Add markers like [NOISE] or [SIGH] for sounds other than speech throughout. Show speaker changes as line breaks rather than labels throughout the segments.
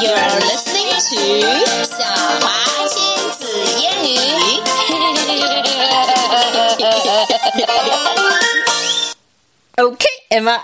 You are listening to 小华亲子英语。
OK, Emma，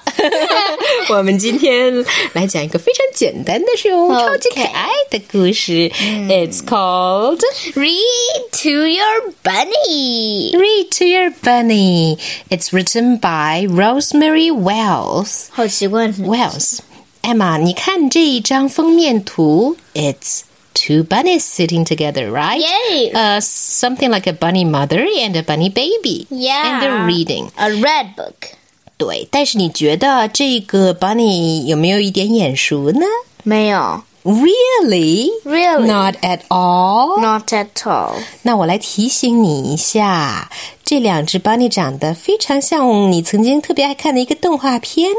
我们今天来讲一个非常简单但是又超级可爱的故事。It's called
Read to your bunny.
"Read to Your Bunny." It's written by Rosemary Wells.
好奇怪，
Wells, Emma，你看这一张封面图，It's two bunnies sitting together, right?
Yay.
Uh, something like a bunny mother and a bunny baby. And they're
Yeah.
reading.
A red book.
对，但是你觉得这个 bunny 有没有一点眼熟呢
没有
？Really?
Really.
Not at all.
，not at all.
那我来提醒你一下，这两只 bunny 长得非常像你曾经特别爱看的一个动画片。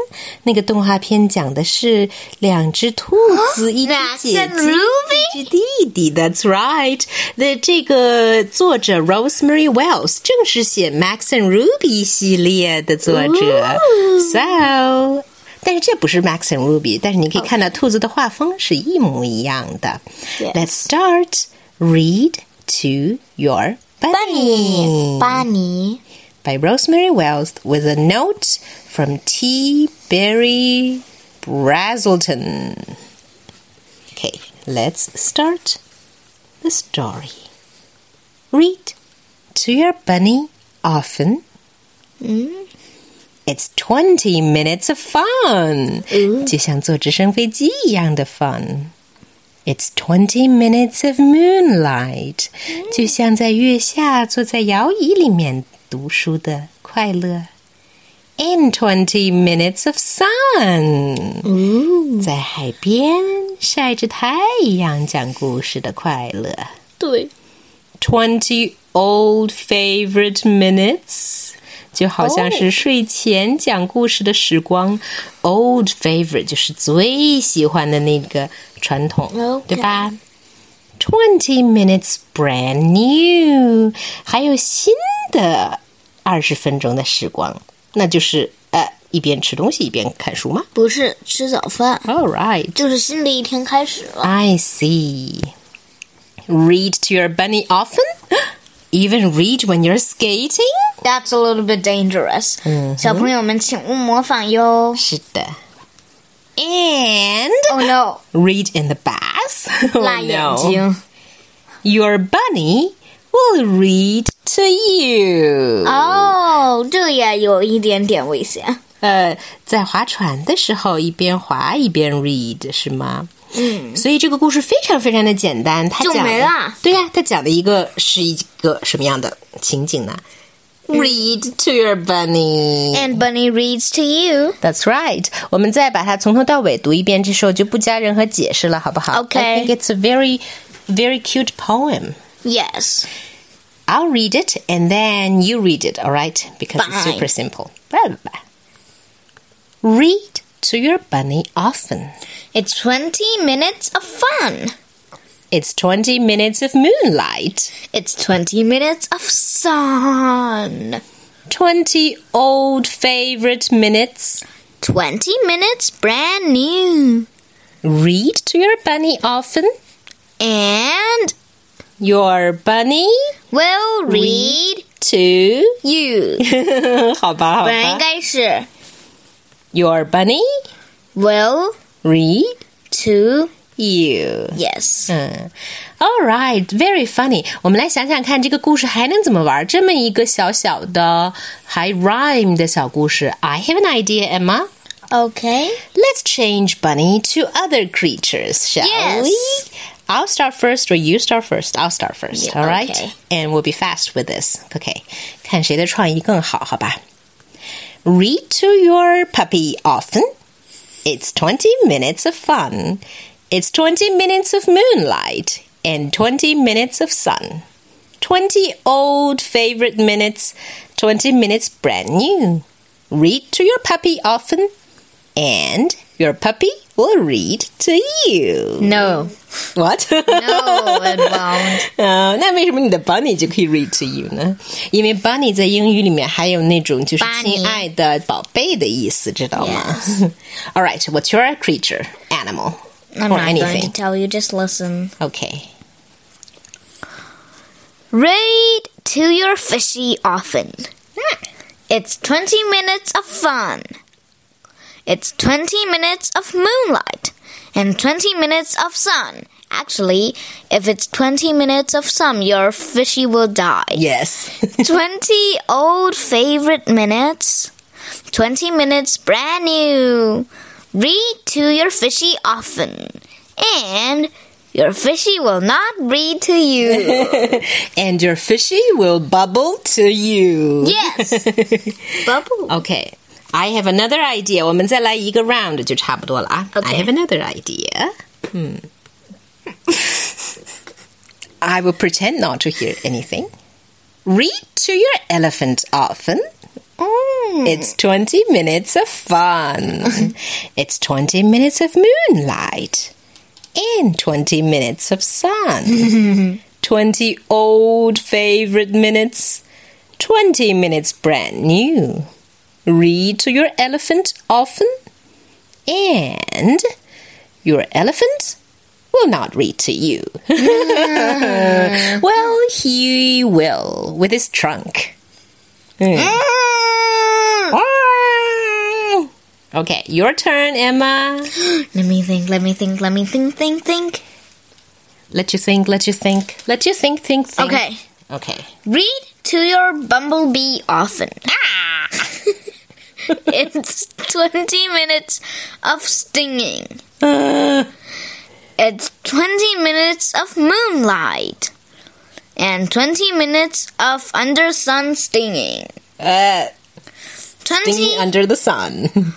那个动画片讲的是两只兔子，一只
That's
姐
a
姐，一只弟弟。That's right。那这个作者 Rosemary Wells 正是写 Max and Ruby 系列的作者。So。但是这不是 Max and Ruby，但是你可以看到兔子的画风是一模一样的。
Yes.
Let's start. Read to your bunny,
巴尼
by Rosemary Wells with a note from T. Barry Brazelton. Okay, let's start the story. Read to your bunny often. It's twenty minutes of fun，、就像坐直升飞机一样的 fun。It's twenty minutes of moonlight，、就像在月下坐在摇椅里面读书的快乐。And twenty minutes of sun，、在海边晒着太阳讲故事的快乐。
对
Twenty old favorite minutes，就好像是睡前讲故事的时光。Old favorite 就是最喜欢的那个传统
OK
对吧？Twenty minutes brand new，还有新的二十分钟的时光，那就是呃一边吃东西一边看书吗
不是吃早饭，
？All right。
就是新的一天开始了。
I see. Read to your bunny often? [GASPS] Even read when you're skating?
That's a little bit dangerous. 小朋友们，请勿模
[LAUGHS]
仿哟。
是的. And
Oh no，
read in the bath? [LAUGHS] Oh,
辣眼
no.
睛。
Your bunny will read to you.
哦，这也有一点点危险。
呃，在划船的时候一边划一边 read 是吗？嗯，所以这个故事非常非常的简单，它
就
讲的
没啦
对呀、它讲的一个是一个什么样的情景呢、r e a d to your bunny。
嗯 And Bunny reads to you.
That's right。我们再把它从头到尾读一遍，这时候就不加任何解释了，好不好
OK
I think it's a very, very cute poem.
Yes.
I'll read it and then you read it, all right? Because it's
Fine.
super simple. Blah, blah, blah. Read to your bunny often.
It's twenty minutes of fun.
It's 20 minutes of moonlight,
It's twenty minutes of sun.
20 old favorite minutes.
20 minutes brand new.
Read to your bunny often.
And
Your bunny
we'll read
to. [LAUGHS]
you.
好吧，好吧。
本来应该是
Your bunny
will
read
to
you.
yes.
嗯，All right, very funny。我们来想想看，这个故事还能怎么玩？这么一个小小的还 rhyme 的小故事，I have an idea, Emma.
Okay.
Let's change bunny to other creatures, shall
Yes.
we? I'll start first, or you start first. I'll start first.
Yeah,
all right,
okay.
and we'll be fast with this. Okay，看谁的创意更好，好吧？Read to your puppy often. It's 20 minutes of fun. It's 20 minutes of moonlight and 20 minutes of sun. 20 old favorite minutes, 20 minutes brand new. Read to your puppy often, and your puppy will read to you.
No.
What?
No, it [LAUGHS] won't.
[LAUGHS] 呃，那为什么你的 bunny 就可以 read to you 呢？因为 bunny 在英语里面还有那种就是
巴尼
亲爱 [LAUGHS] 的宝贝的意思，知道吗 a l right, what's your creature animal?
I'm
Or
not going
anything.
to tell you. Just listen.
Okay.
Read to your fishy often. It's 20 minutes of fun. It's 20 minutes of moonlight and 20 minutes of sun. Actually, if it's 20 minutes of sun, your fishy will die.
[LAUGHS] Yes.
20 old favorite minutes. 20 minutes brand new. Read to your fishy often. And your fishy will not read to you.
and your fishy will bubble to you.
yes. [LAUGHS] Bubble.
Okay. I have another idea. 我们再来一个 round I
Okay.
have another idea. Hmm. [LAUGHS] I will pretend not to hear anything. Read to your elephant often.
Mm.
It's 20 minutes of fun. [LAUGHS] it's 20 minutes of moonlight. And 20 minutes of sun. [LAUGHS] 20 old favorite minutes. 20 minutes brand new. Read to your elephant often. And your elephant will not read to you. well, he will with his trunk.
Mm.
Okay, your turn, Emma.
Let me think, let me think, let me think, think, think.
Let you think, let you think, let you think, think, think.
Okay.
Okay.
Read to your bumblebee often. Ah! [LAUGHS] it's 20 minutes of stinging.
Uh,
It's 20 minutes of moonlight and 20 minutes of under sun stinging.
Uh,
20,
stinging under the sun.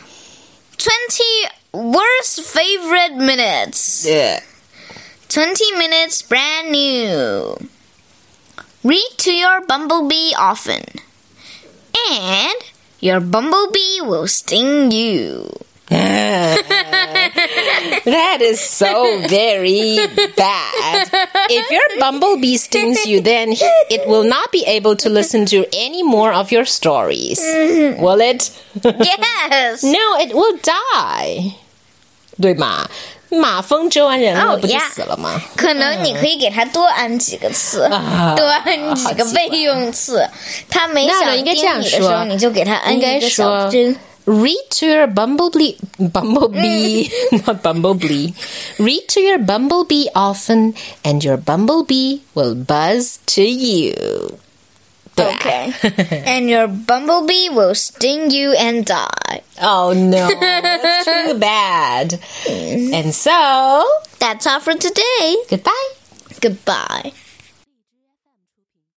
20 worst favorite minutes.
yeah.
20 minutes brand new. Read to your bumblebee often. And your bumblebee will
[LAUGHS]
sting you.
That is so very bad. If your bumblebee stings you, then he- it will not be able to listen to any more of your stories. Will it? [LAUGHS]
Yes!
No, it will die. 对吗？马蜂蛰完人了，
Oh, yeah.
不就死了吗？
可能你可以给它多安几个次，
[LAUGHS] 啊
多安几个备用次。它没
那
想
应该
叮你
这样
的时候，
说，
你就给它安
应
一
该
个小
说
针。
Read to your bumblebee,
[LAUGHS]
bumblebee, not bumblebee. Read to your bumblebee often, and your bumblebee will buzz to you. 对吧
Okay.
[LAUGHS]
and your bumblebee will sting you and die.
Oh no, that's too bad. And so,
That's all for today.
goodbye.
Goodbye.